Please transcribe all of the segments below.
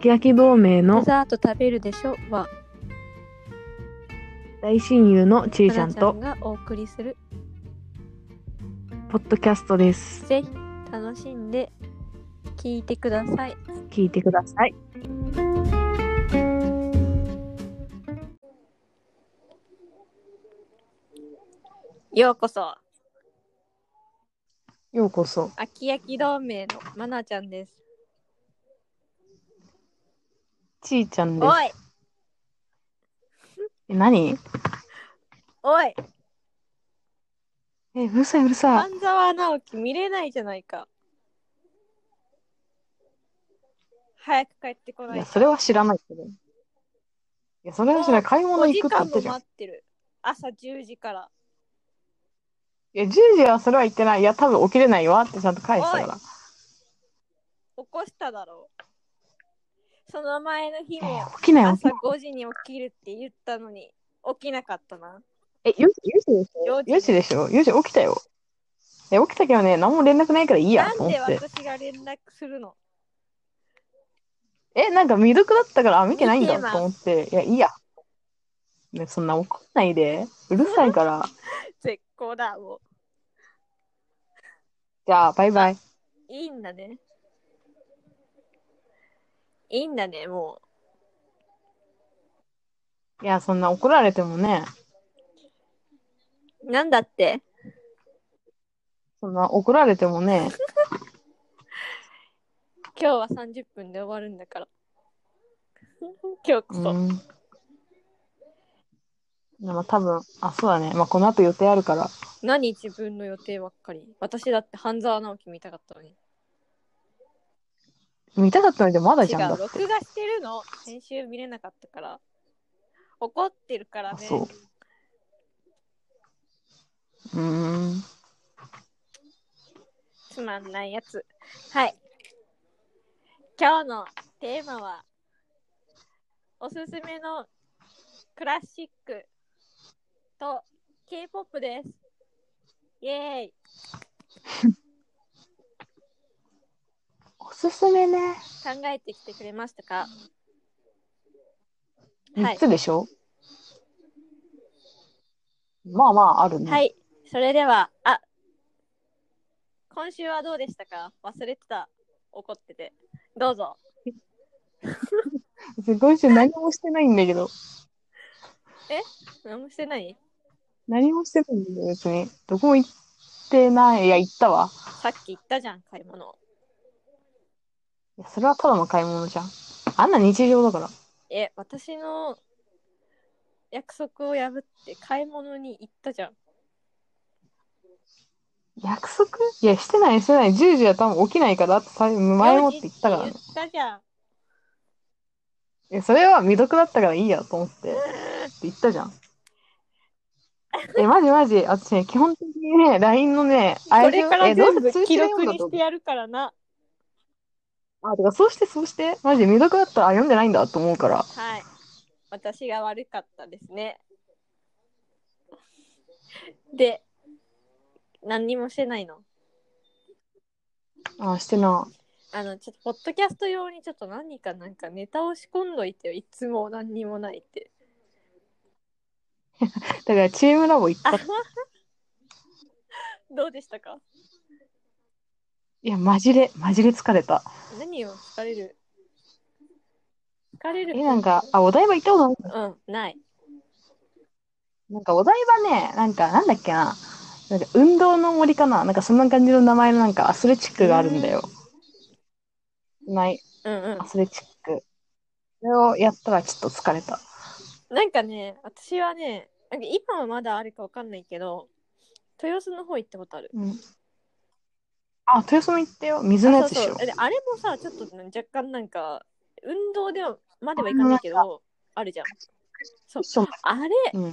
き焼き同盟デのザート食べるでしょは、大親友のちいかちゃんなちゃんとがお送りする。ポッドキャストです。ぜひ楽しんで聞いてください。聞いてください。ようこそ、ようこそ。秋焼き同盟のまなちゃんです。ちいちゃんですお。いえ、何おいえ、うるさいうるさい。半沢直樹見れないじゃないか。早く帰ってこないいや、。それは知らないけど。いや、それは知らない。買い物5行時くってあ間ったもじゃん。い待ってる。朝10時から。や、10時はそれは言ってない。いや、多分起きれないわってちゃんと返したから。起こしただろう。その前の日えも起きないよ。朝5時に起きるって言ったのに起きなかったな。え、4時、4時でしょ4時 ?4 時でしょ ?4 時起きたよ。え、起きたけどね、何も連絡ないからいいやなんと思でって。私が連絡するのえ、なんか未読だったから、あ、見てないん見てまだすと思って。いや、いいや。ね、そんな怒んないで。うるさいから。絶好だ。もじゃあ、バイバイ。ういいんだね。いいんだね、もいや、そんな怒られてもね、う。なんだってそんな怒られてもね、今日は30分で終わるんだから。 今日こそ。うん。まあ多分、あ、そうだね。まあこの後予定あるから。何自分の予定ばっかり。私だって半沢直樹見たかったのに。見たかったのにでもまだ違じうゃんだって。録画してるの先週見れなかったから怒ってるからあ、ねそう。うーん。つまんないやつはい今日のテーマはおすすめのクラシックと K-POP ですイエーイおすすめね。考えてきてくれましたかは3いつでしょ、まあまあ、あるね。はいそれではあ今週はどうでしたか忘れてた怒っててどうぞすごいし、何もしてないんだけど。何もしてない何もしてないんだけど、別に。どこも行ってない。いや、行ったわ。さっき言ったじゃん、買い物。いやそれはただの買い物じゃん。あんな日常だから。え、私の約束を破って買い物に行ったじゃん。約束いや、してない、してない。10時は多分起きないからってさ前もって言ったから4ね時。て言ったじゃん。いや、それは未読だったからいいやと思って。って言ったじゃん。え、マジマジ。私ね、基本的にね、LINE のね、これからえどう全部せ通知記で読録んだにとしてやるからな。あ、てか、そうして、そうして。マジ、未読だったら、あ、読んでないんだと思うから。はい。私が悪かったですね。で、何にもしてないの。あ、してな。あの、ちょっと、ポッドキャスト用にちょっと何かなんかネタを仕込んどいてよ。いつも何にもないって。だから、チームラボ行っあた。い どうでしたかや、マジで、マジで疲れた。何を疲れる疲れるえ、なんか、あ、お台場行ったことない。うんないなんか、お台場ね、なんか、なんだっけな。なんか、運動の森かな。なんか、そんな感じの名前の、なんか、アスレチックがあるんだよ。ない、うんうんアスレチック。それをやったら、ちょっと疲れた。なんかね私はねなんか今はまだあるかわかんないけど豊洲の方行ったことあるうん。あ、豊洲も行ったよ。水のやあつでしょ。であれもさちょっとね若干なんか運動ではまではいかないけどあるじゃんそうそうあれうん。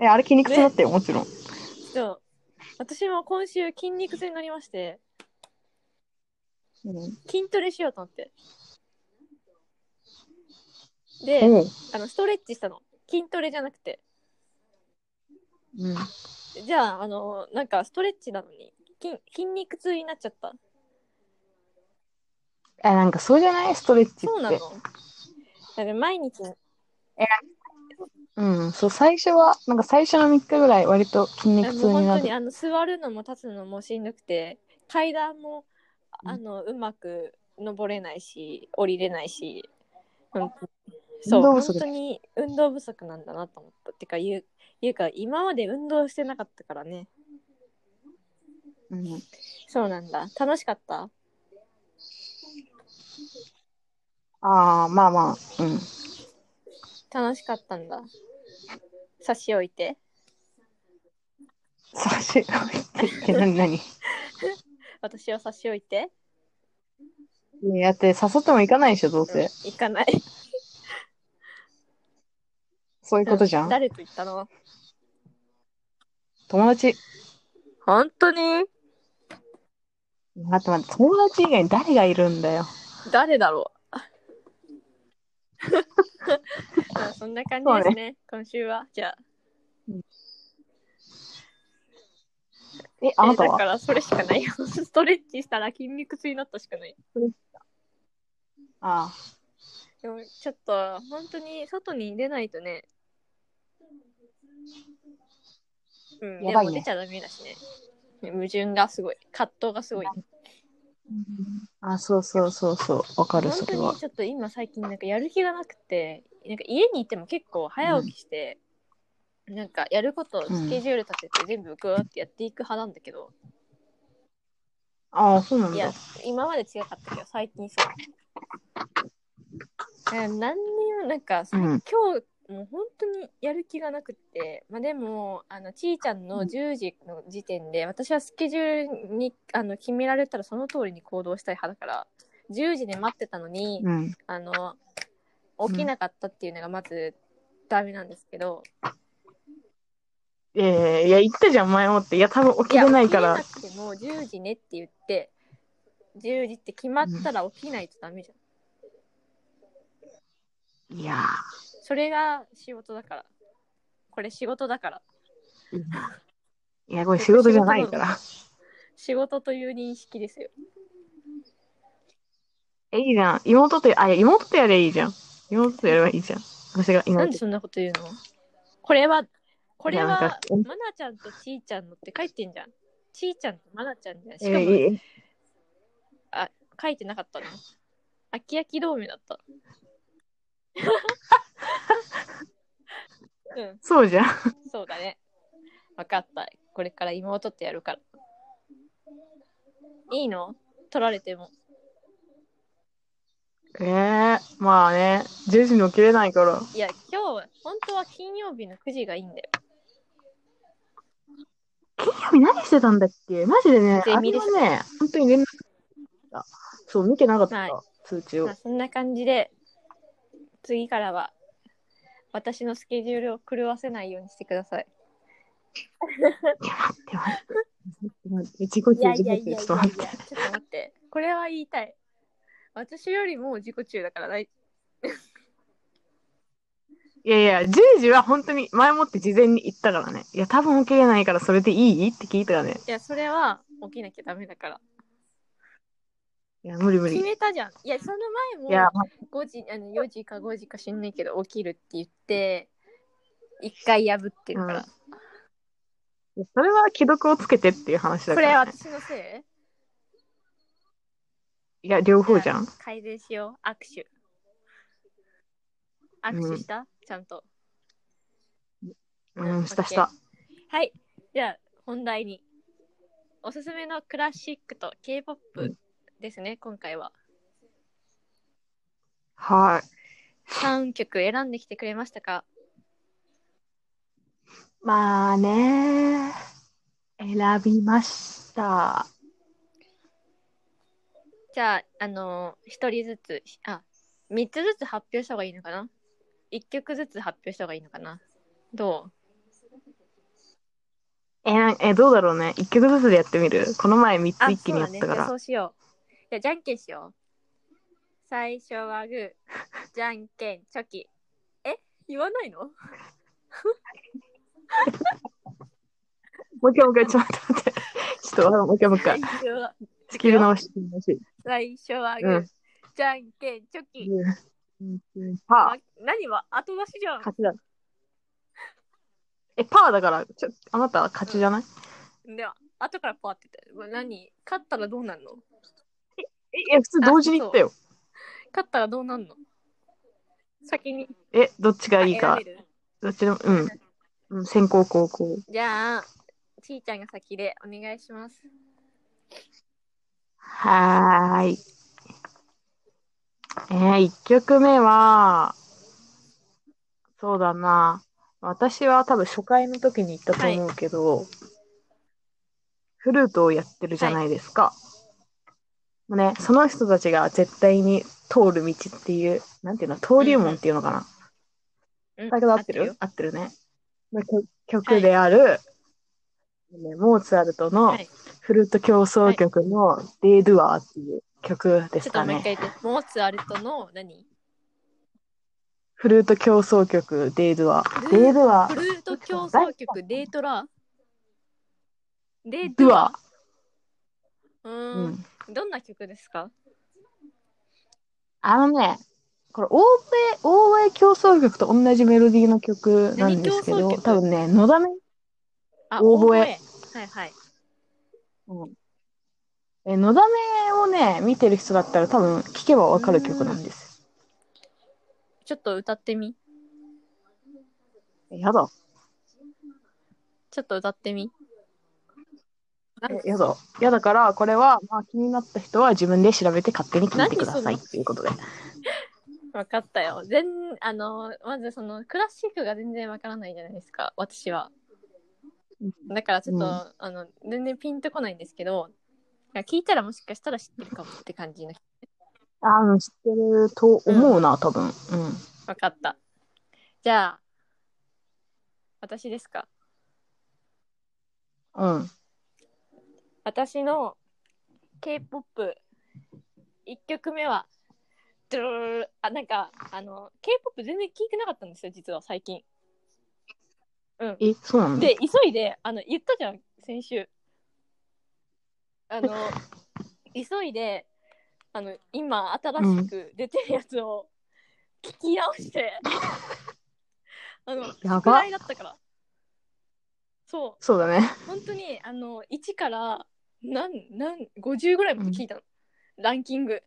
え、あれ筋肉痛だったよ、もちろん。そう私も今週筋肉痛になりましてうん。筋トレしようと思ってで、おうあのストレッチしたの筋トレじゃなくてうん。じゃあ、あの、なんかストレッチなのに筋筋肉痛になっちゃった。え、なんかそうじゃないストレッチって。そうなのだって毎日うん、そう、最初は、なんか最初の3日ぐらい割と筋肉痛あもうに本な当る。にあの座るのも立つのもしんどくて階段もうんあのうまく登れないし降りれないし、うんそ運う動不本足だ当に運動不足なんだなと思ったってかいういうか今まで運動してなかったからねうん、そうなんだ楽しかったああ、まあまあ、うん。楽しかったんだ差し置いて差し置いてって何何私を差し置いていやだって誘っても行かないでしょ、どうせ。行かないそういうことじゃん。誰と行ったの友達。本当に待って待って、友達以外に誰がいるんだよ。誰だろ うまあそんな感じですね今週はじゃあえ、あなたえだはからそれしかないよ ストレッチしたら筋肉痛になったしかないあでもちょっと本当に外に出ないとねうん、やばいねでも出ちゃダメだしねね矛盾がすごい葛藤がすごいあ。あ、そうそうそうそう。わかる、本そ当れはに。ちょっと今最近なんかやる気がなくてなんか家にいても結構早起きして、なんかやることをスケジュール立てて全部グーってやっていく派なんだけど、ああ、そうなんいだや。今まで違かったけど最近そうえ何にもなんかさ、うん今日もう本当にやる気がなくってまあでもあのちーちゃんの10時の時点で、私はスケジュールにあの決められたらその通りに行動したい派だから10時で待ってたのに、うん。あの起きなかったっていうのがまずダメなんですけど、えー、いや、言ったじゃん、前もって。いや、多分起きやれないから。起きれなくても10時ねって言って10時って決まったら起きないとダメじゃん、いやそれが仕事だからこれ仕事だからー。いや、これ仕事じゃないから。仕事という認識ですよえ、いいじゃん。妹と、あ、いや、妹とやればいいじゃん。妹とやればいいじゃん。私が今なんでそんなこと言うのこれはこれいやなんはかマナちゃんとちーちゃんのって書いてんじゃんちーちゃんとマナちゃんじゃんしえかもー、い書いてなかったのあきあき同盟だったうんそうじゃん。そうだね。分かった。これから妹とやるから。いいの取られても。 えー、まあね、10時に起きれないから。いや、今日、本当は金曜日の9時がいいんだよ。金曜日何してたんだっけマジでね、ゼあミれでしはね、本当に連絡だそう、見てなかった、はい通知を まあ、。そんな感じで、次からは、私のスケジュールを狂わせないようにしてください。いや、待って待って待って。自己中、自己中、ちょっと待って。ちょっと待って。これは言いたい。私よりも自己中だから大いやいや、10時は本当に前もって事前に言ったからね。いや、多分起きれないからそれでいいって聞いたからね。いや、それは起きなきゃダメだから。いや、無理無決理。いめたじゃん。いや、その前も、や、まあ5時あの4時か5時か知んないけど起きるって言って一回破ってるから、それは既読をつけてっていう話だこかれら、ね。私のせいいや、両方じゃん。改善しよう握手握手した、ちゃんとうん、したし OK た。はいじゃあ本題におすすめのクラシックと k p o う p ですね、今回はは3曲選んできてくれましたかい。まあね、選びました。じゃああの1人ずつあ3つずつ発表した方がいいのかな1曲ずつ発表した方がいいのかなどうえなんえ、どうだろうね。一曲ずつでやってみる。この前三あつ一気にやったそうかだね、じゃあら。そうしよう。じゃあじゃんけんしよう。最初は グー、じゃんけん、チョキ。え言わないのもう一回もう一回、 ちょっと待って。ちょっと、もう一回もう一回。最初は仕切り直し、仕切り直し。最初はグうーん、じゃんけん、チョキ。パま何は後出しじゃー、ん。勝ちだ。え、パーだから、ちょあなたは勝ちじゃない、では、後からパーって言って。何勝ったらどうなんのえ、え、普通同時に言ったよ。勝ったらどうなんの先に。え、どっちがいいかあ選。べるどっちでも、うん。うん、先行後攻。じゃあ、ちーちゃんが先でお願いします。はーい。えー、一曲目は、そうだな。私は多分初回の時に言ったと思うけど、フルートをやってるじゃないですか。ね、その人たちが絶対に通る道っていう、なんていうの、登竜門っていうのかな。うんだけど合ってる合ってるね。の曲曲である、ねモーツァルトのはいフルート競争曲の「デイ・ドゥアー」っていう曲でしちょっとたもう一ね。回言って、モーツァルトの何フルート競争曲「デイ・ドゥアー」。フルーデイ・ドゥアフー。ルート競争曲、デートラデードトゥラアうー。ー。うんん。どんな曲ですかあのね、これ、欧米、欧米競争曲と同じメロディーの曲なんですけ何ど、競争曲多分ね、のだめ、あ、オーボエオーボエはいはい。え、のだめをね、見てる人だったら多分聴けばわかる曲なんですちょっと歌ってみ。よ。えやだ。ちょっと歌ってみ。なんえやだ。やだから、これは、まあ、気になった人は自分で調べて勝手に聴いてください何そっていうことで。わかったよ。全、あの、まずその、クラシックが全然わからないじゃないですか、私は。だからちょっと、うんあの、全然ピンとこないんですけど、いや聞いたらもしかしたら知ってるかもって感じの。あの、知ってると思うな、多分。うん。わかった。じゃあ、私ですか。うん。私の K-POP、1曲目は、ドゥルルルルルあ、なんか、あの、K-POP 全然聞いてなかったんですよ、実は最近。うん。え、そうなんだ。で、急いで、あの、言ったじゃん、先週。あの、急いで、あの、今、新しく出てるやつを聞き直して、あの、や宿ば題。だったから。そそうだね う。、本当に、あの、1から、なん、なん、50ぐらいまで聞いたの。ランキング。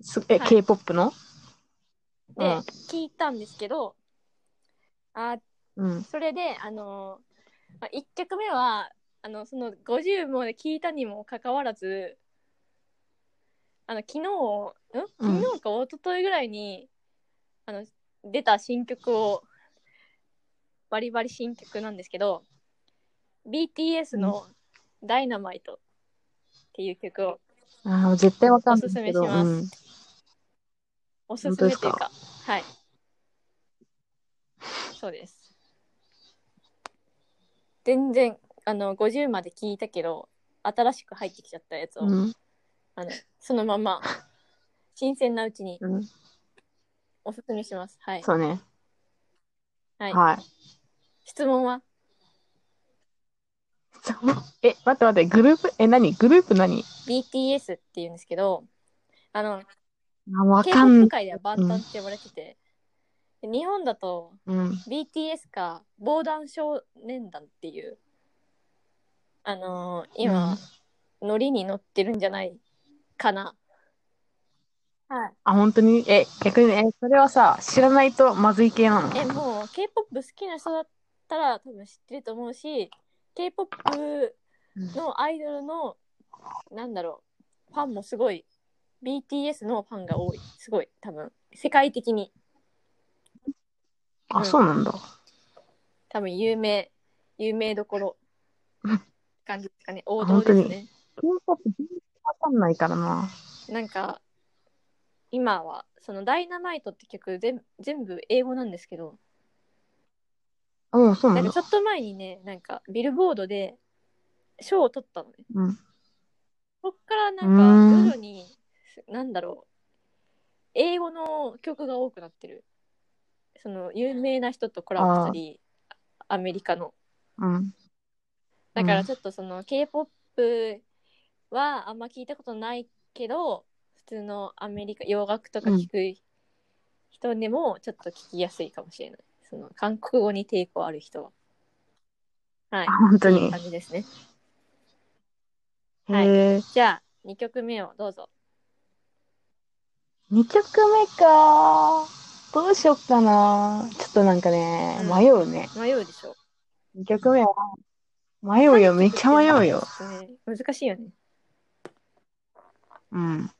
すえ、はい K-POP ので、うん聞いたんですけど、あうん。それで、あのまあ、1曲目はあのその50も聞いたにもかかわらずあの昨日うんん昨日か一昨日ぐらいに、あの出た新曲をバリバリ新曲なんですけど BTS の「ダイナマイトっていう曲をああ、絶対わかんないおすすけめしど。ますうん。おすすめという本当かはいそうです全然あの50まで聞いたけど新しく入ってきちゃったやつを、うん。あのそのまま新鮮なうちにうん。おすすめしますはい、そうね。はいはい。質問はそうえ、待って待って、グループ、え、何グループ何 BTS っていうんですけどあのあ、わか K-POP ん。界ではバンタンって呼ばれてて、で日本だとうん。 BTS か防弾少年団っていうあのー今、ノリに乗ってるんじゃないかなはいあ、本当にえ、逆に、え、それはさ、知らないとまずい系なのえもう K-POP 好きな人だったら多分知ってると思うし K-POP のアイドルのなんだろうファンもすごい BTS のファンが多いすごい多分世界的にあ、そうなんだ。多分有名有名どころうん感じですかね王道です本当ね K-POP 全然わかんないからな。なんか今はその「ダイナマイト」って曲全全部英語なんですけどうん、そうななんんかだ。ちょっと前にねなんかビルボードで賞を取ったのねうん。そっからうなーんんか徐々になんだろう英語の曲が多くなってるその有名な人とコラボしたりアメリカのうん。だからちょっとその K-POP はあんま聞いたことないけど普通のアメリカ洋楽とか聞く人でもちょっと聞きやすいかもしれない、その韓国語に抵抗ある人ははいあ本当に感。じですねへはいえ。じゃあ2曲目をどうぞ2曲目か。どうしよっかな。ちょっとなんかね、うん迷うね。迷うでしょ2曲目は、迷うよ。めっちゃ迷うよ。ね難しいよねうん。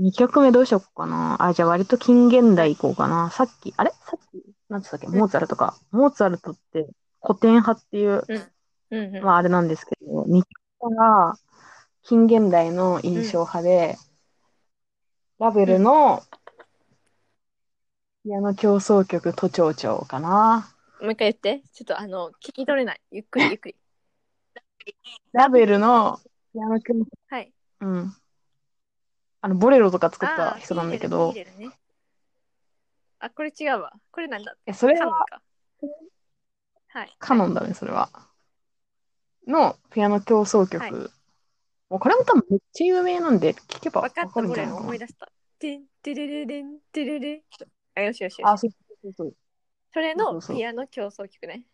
2曲目どうしよっかな。あ、じゃあ割と近現代行こうかな。さっき、あれさっき、なんつったっけモーツァルトか。モーツァルトって古典派っていう、うんうん、まああれなんですけど、2曲目が近現代の印象派で、ラベルのピアノ競争曲都庁長かな。もう一回言ってちょっとあの聞き取れないゆっくりゆっくりラベルのピアノ競争、はいうん。あの、ボレロとか作っあたー人なんだけど聞、いてる聞いてるねあこれ違うわこれなんだえそれカノはンかはいカノンだね、それは。のピアノ競争曲。はいもうこれも多分めっちゃ有名なんで、聞けば分か分ったかるんこじゃれないか思いな。出したてんてれれれんてれれあよしよしよしあ、そうそうそうそれそのうそうピアノ競争曲ね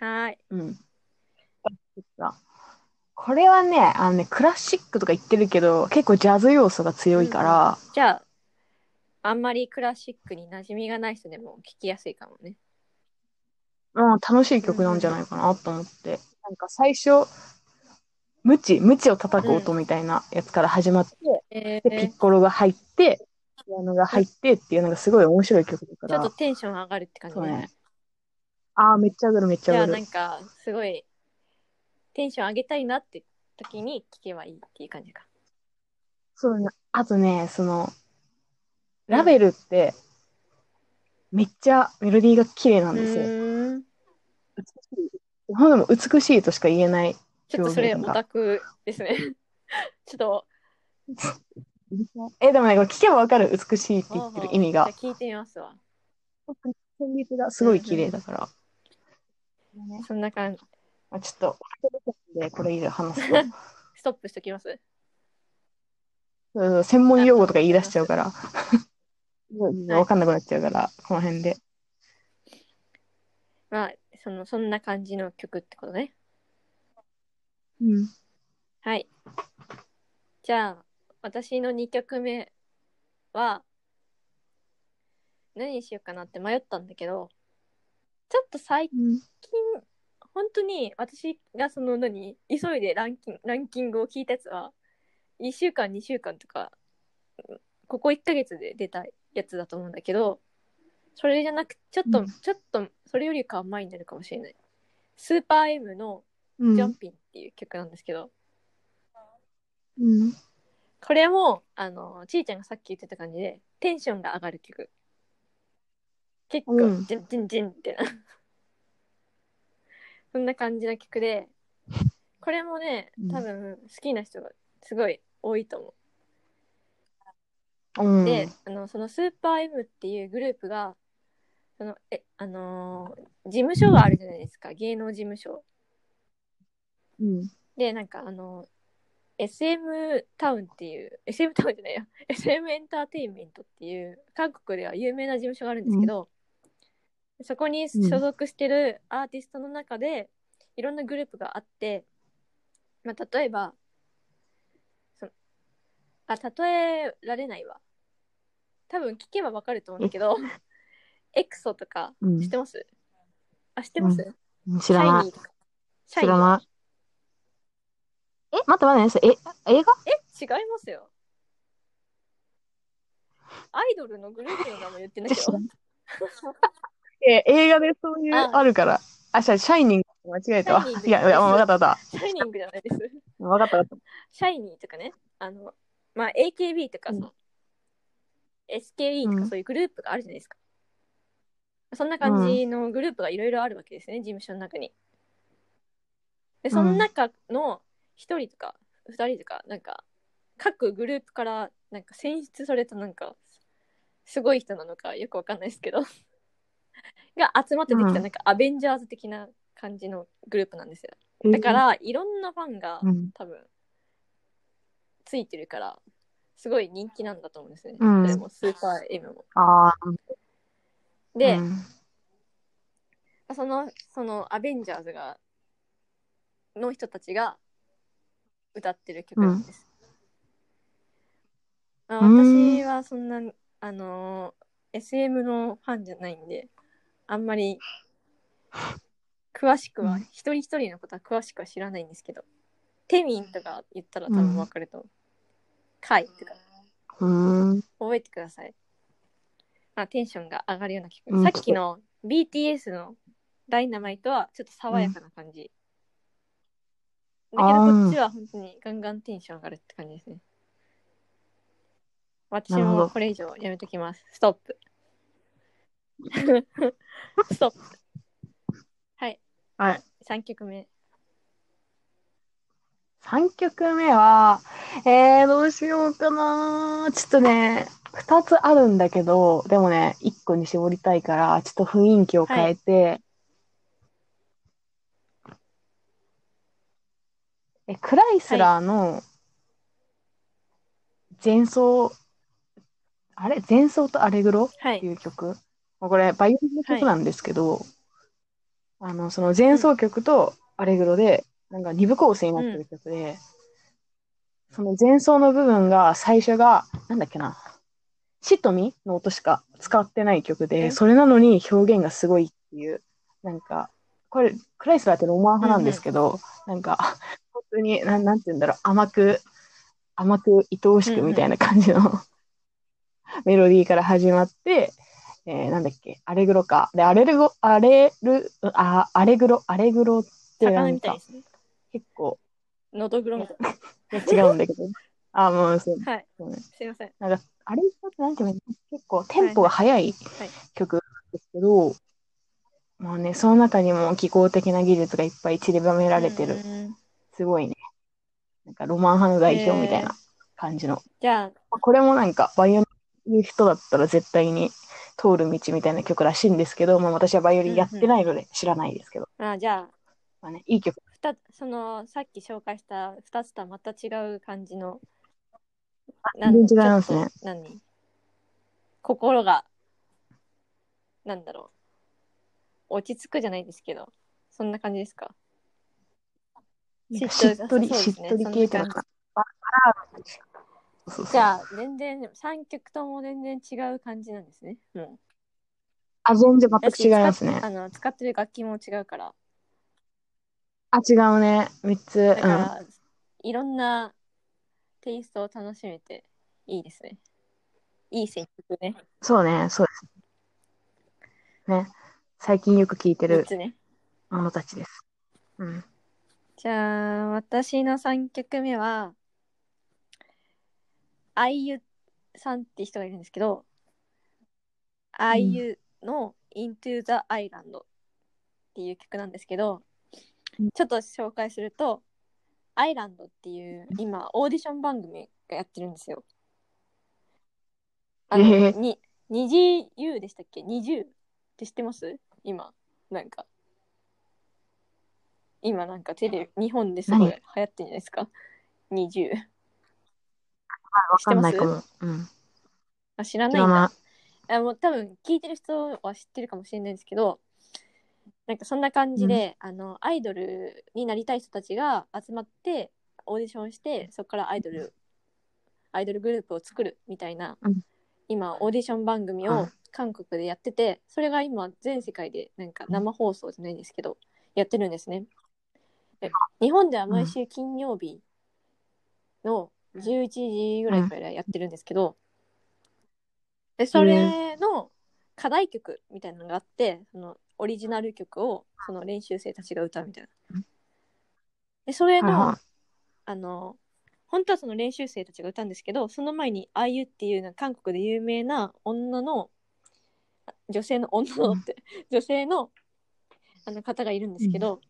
はーいそう。うん。これはね、あのね、クラシックとか言ってるけど、結構ジャズ要素が強いから、じゃああんまりクラシックに馴染みがない人でも聞きやすいかもねうん、楽しい曲なんじゃないかなと思って。なんか最初、ムチ、ムチを叩く音みたいなやつから始まって、えで、ピッコロが入って、ピアノが入ってっていうのがすごい面白い曲だかちょっらと。テンション上がるって感じそうね。ああ、めっちゃ上がる、めっちじゃゃ上あがなるん。かすごいテンション上げたいなって時に聞けばいいっていう感じかそうね。あとね、その、ラベルって、めっちゃメロディーが綺麗ななんですよ。ん美しい。ほんでも美しいとしか言えない。ちょっとそれ表現がオタクですねちょっとえ、でもね、これ聞けばわかる、美しいって言 ってる意味が。じゃあ聞いてみますわ旋律がすごい綺麗だから。ねそんな感じまあ、ちょっと、でこれ以上話 すとストップしときますそうそう、専門用語とか言い出しちゃう から、わかんなくなっちゃうから、この辺で。まあそのそんな感じの曲ってことねうん。はいじゃあ私の2曲目は何にしようかなって迷ったんだけどちょっと最近本当に私がその何急いでランキンランキングを聞いたやつは1週間2週間とかここ1ヶ月で出たやつだと思うんだけどそれじゃなくちょっと、うんちょっとそれよりかは前になるかもしれないスーパー M のう「んジャンピン」っていう曲なんですけど、うん。これもあのちーちゃんがさっき言ってた感じでテンションが上がる曲結構、うんジンジンジンって なそんな感じの曲でこれもねうん多分好きな人がすごい多いと思うう、ん。であのそのスーパー M っていうグループがそのえあのー事務所があるじゃないですか芸能事務所うん。でなんかあの SM タウンっていう SM タウンじゃない よ SM エンターテインメントっていう韓国では有名な事務所があるんですけど、そこに所属してるアーティストの中でいろんなグループがあって、まあ、例えばそのあ例えられないわ多分聞けばわかると思うんだけどエクソとかうん知ってます、あ知ってます、う知らない。シャイニーとかシャイ知ニーらない。え、待って待って、え、映画違いますよ。アイドルのグループの名前言っ てないけど。え、映画でそういう、ああるから。あ、じゃあ、シャイニング間違えたわシャイニン。グいや、いや、わかったわかっシャイニングじゃないです。た。わかったわかっシャイニーとかね。あの、まあ、AKB とかさ、うん SKE とうかんそういうグループがあるじゃないですか。そんな感じのグループがいろいろあるわけですね、事務所の中に。で、その中の1人とか2人とか、なんか、各グループからなんか選出されたなんか、すごい人なのかよくわかんないですけど、 が集まってできたうんなんかアベンジャーズ的な感じのグループなんですよ。た。だか、ら、いろんなファンがうん。多分、ついてるからすごい人気なんだと思うんですね、うんそれもスーパー M も。ああ、で、うんそのそのアベンジャーズがの人たちが歌ってる曲なんです。まあうん私はそんなあのー SM のファンじゃないんであんまり詳しくは、うん一人一人のことは詳しくは知らないんですけどテミンとか言ったら多分わかると思う。カイとかうーん。覚えてください。あテンションが上がるような曲。うんさっきの BTS のダイナマイトはちょっと爽やかな感じ。だけあーどこっちは本当にガンガンテンション上がるって感じですね。私なるほもどこれ以上やめときます。ストッ プ。ストップ。はい、はい。 3曲目。 3曲目は、えー、どうしようかな。ちょっとね、2つあるんだけど、でもね、1個に絞りたいから、ちょっと雰囲気を変えて、えクライスラーの前奏、あれ前奏とアレグロはってい。いう曲、まあこれバイオリンの曲なんですけど、あのその前奏曲とアレグロでなんか二部構成になってる曲で、その前奏の部分が最初がなんだっけなシトミの音しか使ってない曲えでそれなのに表現がすごいっていうなんかこれクライスラーってロマン派なんですけど、なんか本当になんなんて言うんだろう甘く甘く愛おしくみたいな感じの、 メロディーから始まって、えー、なんだっけアレグロかでアレルゴアレルあアレグロアレグロってな魚んみたいかですね。結構のどぐろみたいいや違うんだけ どあもうそうな。はい。そうねすいません。なんかアレグロってなんていうの結構テンポが速いはい曲なんですけど、まあねその中にも技巧的な技術がいっぱい散りばめられてる、うんすごいねなんかロマン派の代表みたいな感じのじゃあ、まあこれもなんかバイオリンいう人だったら絶対に通る道みたいな曲らしいんですけど、まあ、私はバイオリンやってないので知らないですけど、あじゃあ、まあね、いい曲ふたそのさっき紹介した2つとはまた違う感じのな全然違いますねちょっと何心がなんだろう落ち着くじゃないですけどそんな感じですかなんかしっとりそうしでっすねとり系っていうのかなバラードそうそうそうじゃあ全然3曲とも全然違う感じなんですねもあ全然う全く違いますねだし使っあの使ってる楽器も違うからあ違うね3つだかうんら、いろんなテイストを楽しめていいですねいい選曲ねそうねそうですね最近よく聴いて3るつねものたちですうんじゃあ私の3曲目はあいゆさんって人がいるんですけどあいゆの「Into the Island」っていう曲なんですけどうんちょっと紹介すると「アイランド」っていう今オーディション番組がやってるんですよ。あの、えーに二次 U でしたっけ二0って知ってます今なんか今なんかテレビ日本ですごい何流行ってんじゃないですか二十わかんない知っかても、うん、あ知ら知ないらんだなあもう多分聞いてる人は知ってるかもしれないんですけどなんかそんな感じで、あのアイドルになりたい人たちが集まってオーディションしてそこからアイドルアイドルグループを作るみたいな、うん今オーディション番組うをん韓国でやっててそれが今全世界でなんか生放送じゃないですけどやってるんですね。で日本では毎週金曜日の11時ぐらいからやってるんですけど、でそれの課題曲みたいなのがあってそのオリジナル曲をその練習生たちが歌うみたいな。でそれいはいのはあの本当はその練習生たちが歌うんですけどその前に「あゆ」っていうなんか韓国で有名な女のあ女性の女のって女性のあの方がいるんですけど、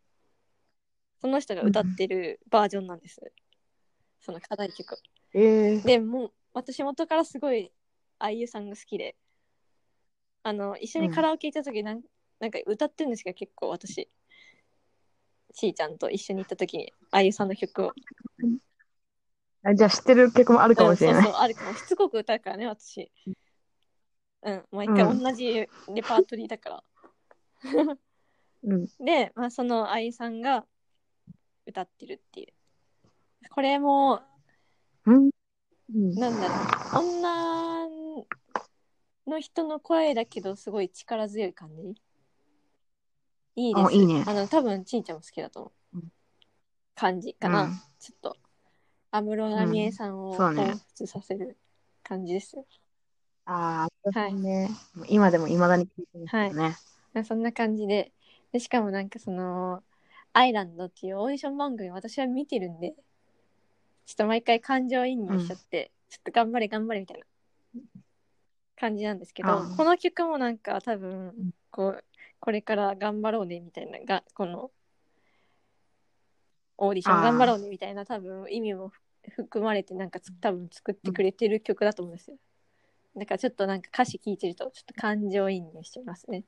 その人が歌ってるバージョンなんです、その課題曲いえー、でもう私元からすごいあゆさんが好きであの一緒にカラオケ行った時なん,、なんか歌ってるんですけど結構私ちーちゃんと一緒に行った時にあゆさんの曲をあじゃあ知ってる曲もあるかもしれない。うんそうそうあるかもしつこく歌うからね私うん毎回うん同じレパートリーだから、うん。で、まあ、その愛さんが歌ってるっていうこれもうん。うんなんだろう女の人の声だけどすごい力強い感じいいであすいいねあの多分ちんちゃんも好きだと思う、うん感じかな、うんちょっと安室奈美恵さんをうんそう彷ね彿させる感じですよ、ああ、はいね。今でもいまだに聞いてますよね。まあそんな感じででしかもなんかその「アイランド」っていうオーディション番組私は見てるんでちょっと毎回感情移入しちゃって、ちょっと頑張れ頑張れみたいな感じなんですけどあーこの曲もなんか多分こうこれから頑張ろうねみたいながこのオーディションあー頑張ろうねみたいな多分意味もふ含まれてなんかつ多分作ってくれてる曲だと思うんですよ。だからちょっとなんか歌詞聞いてるとちょっと感情移入しちゃいますね。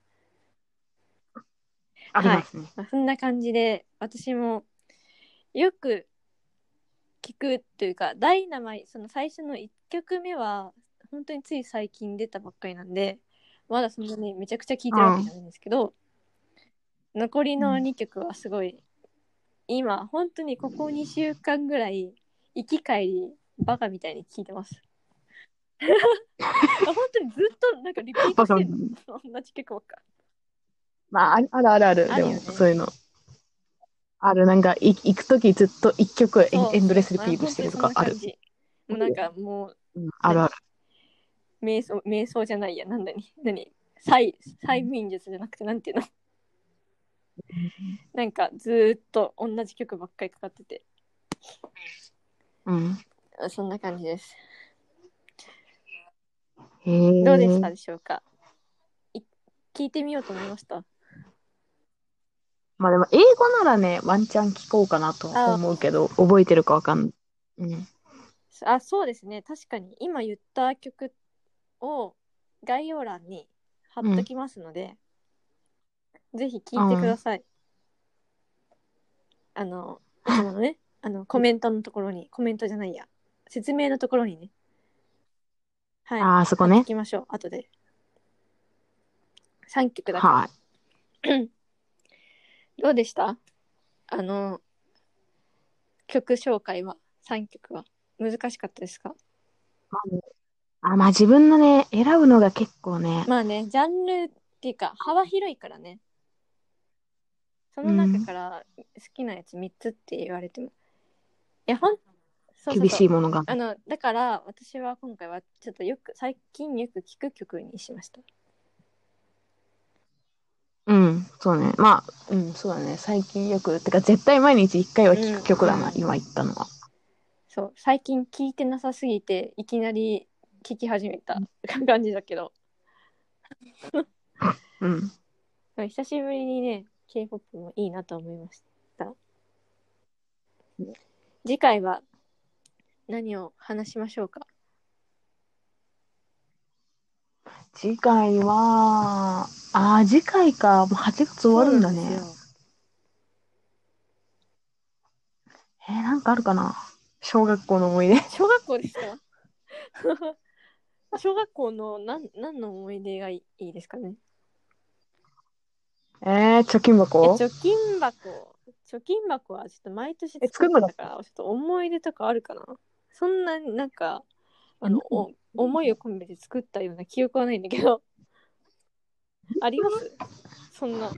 ありますね。 まあ、そんな感じで私もよく聞くというか「ダイナマイその最初の1曲目は本当につい最近出たばっかりなんでまだそんなにめちゃくちゃ聴いてるわけじゃないんですけど、残りの2曲はすごい、今本当にここ2週間ぐらい行き帰りバカみたいに聴いてます。本当にずっとなんかリピートしてるの同じ曲ばっか。まあ、ああるあるある。であるよも、ねそういうの。ある、なんか、い行くときずっと一曲エそうンエンドレスリピートしてるとかある。。まあ本当にそんな感じもうなんかもううんあるある。瞑想瞑想じゃないやなんだに何催催眠術じゃなくてなんていうのなんかずーっと同じ曲ばっかりかかっててうん。あそんな感じですへえ。どうでしたでしょうかい聞いてみようと思いましたまあでも、英語ならね、ワンチャン聞こうかなと思うけど、覚えてるかわかんない。うん。あそうですね確かに今言った曲を概要欄に貼っときますので、ぜひ聞いてください、あのいつものね あのコメントのところにコメントじゃないや説明のところにねはいああ、そこ聞ね。きましょう後で3曲だけはい。どうでしたあの曲紹介は3曲は難しかったですかあ、まあ自分のね、選ぶのが結構ね、 まあねジャンルっていうか幅広いからねその中から好きなやつ3つって言われても、いやほんそうそうそう厳しいものが。あのだから私は今回はちょっとよく最近よく聞く曲にしましたうん、そうね。まあ、うん、そうだね。最近よく、てか絶対毎日一回は聴く曲だな、うん今言ったのは。そう最近聞いてなさすぎていきなり聞き始めた感じだけどうん。でも久しぶりにね k p o p もいいなと思いました次回は何を話しましょうか次回は、ああ、次回か。もう8月終わるんだそうなんねで。すよえー、なんかあるかな。小学校の思い出。小学校ですか 小学校の何何の思い出がいいですかね えー、貯金え箱貯金箱貯金箱はちょっと毎年え作作っんてのたからちょっと思い出とかあるかなそんななんかあのお思いを込めて作ったような記憶はないんだ けどありますそんない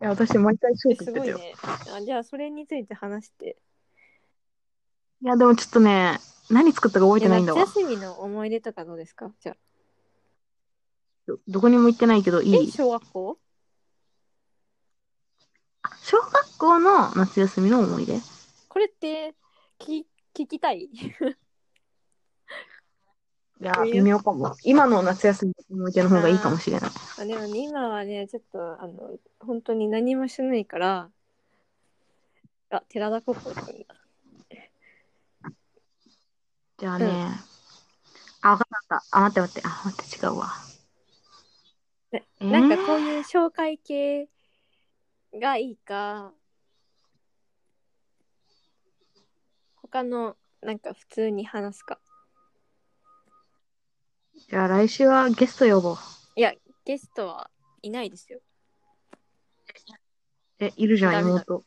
や、私毎回ショえートす言ってごたよ。いねあじゃあそれについて話していや、でもちょっとね、何作ったか覚えてないんだえわ。夏休みの思い出とかどうですかじゃあどどこにも行ってないけど、いえい小学校小学校の夏休みの思い出これって聞聞きたいいやいい微よ妙かも。今の夏休みの思い出の方がいいかもしれない。あでもね今はねちょっとあの本当に何もしてないからあ寺田高校さんだじゃあね、うんあ、わかったわかった。あ、待って待って。あ、待って、違うわ。ねえーなんかこういう紹介系がいいか、他のなんか普通に話すかじゃあ来週はゲスト呼ぼう。ゲストはいないですよえ、いるじゃん、ダメだ妹。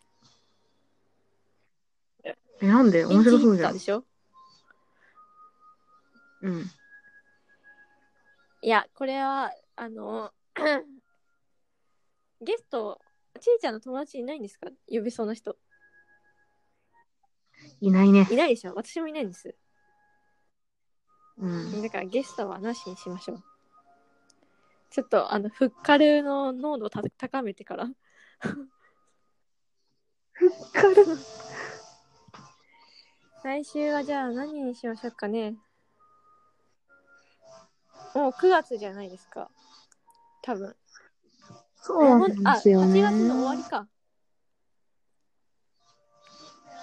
え、なんで面白そうじゃピンチヒッタんーで。しょうん。いやこれはあの ゲストちいちゃんの友達いないんですか呼びそうな人いないね。いないでしょ私もいないんですうん。だからゲストはなしにしましょうちょっとあのフッカルの濃度をた高めてから 来週はじゃあ何にしましょうかねもう9月じゃないですか多分そうほんなんあですよ8ね。月の終わりか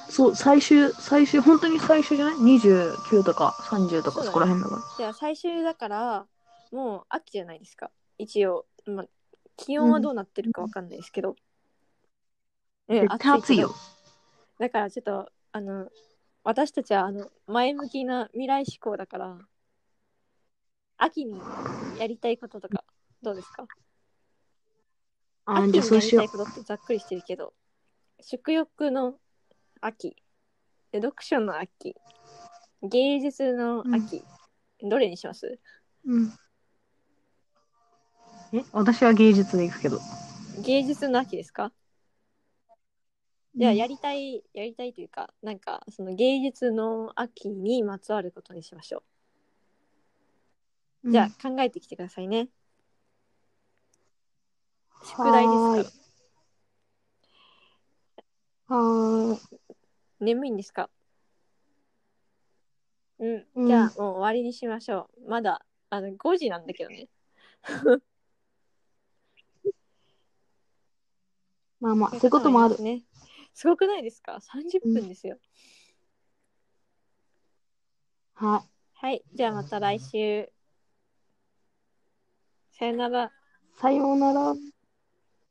そう、最終、最終、本当に最終じゃない ?29 とか30とそうだかそねこら辺だから。じゃあ最終だからもう秋じゃないですか一応、ま、気温はどうなってるかわかんないですけど、え絶対暑いよ。だからちょっとあの私たちはあの前向きな未来志向だから秋にやりたいこととかどうですかあ、秋じゃあそうしにやよりたいことってざっくりしてるけど食欲の秋で読書の秋芸術の秋、どれにしますう。うん。え、私は芸術で行くけど。芸術の秋ですかじゃあやりたいやりたいというかなんかその芸術の秋にまつわることにしましょううんじゃあ考えてきてくださいね。宿題はーでいすかはーい。眠いんですかうん、うんじゃあもう終わりにしましょう。まだあの5時なんだけどね。まあまあ、そういうこともあるす。ね。すごくないですか ?30 分ですよ。ははい、じゃあまた来週。さよなら。い。さようなら。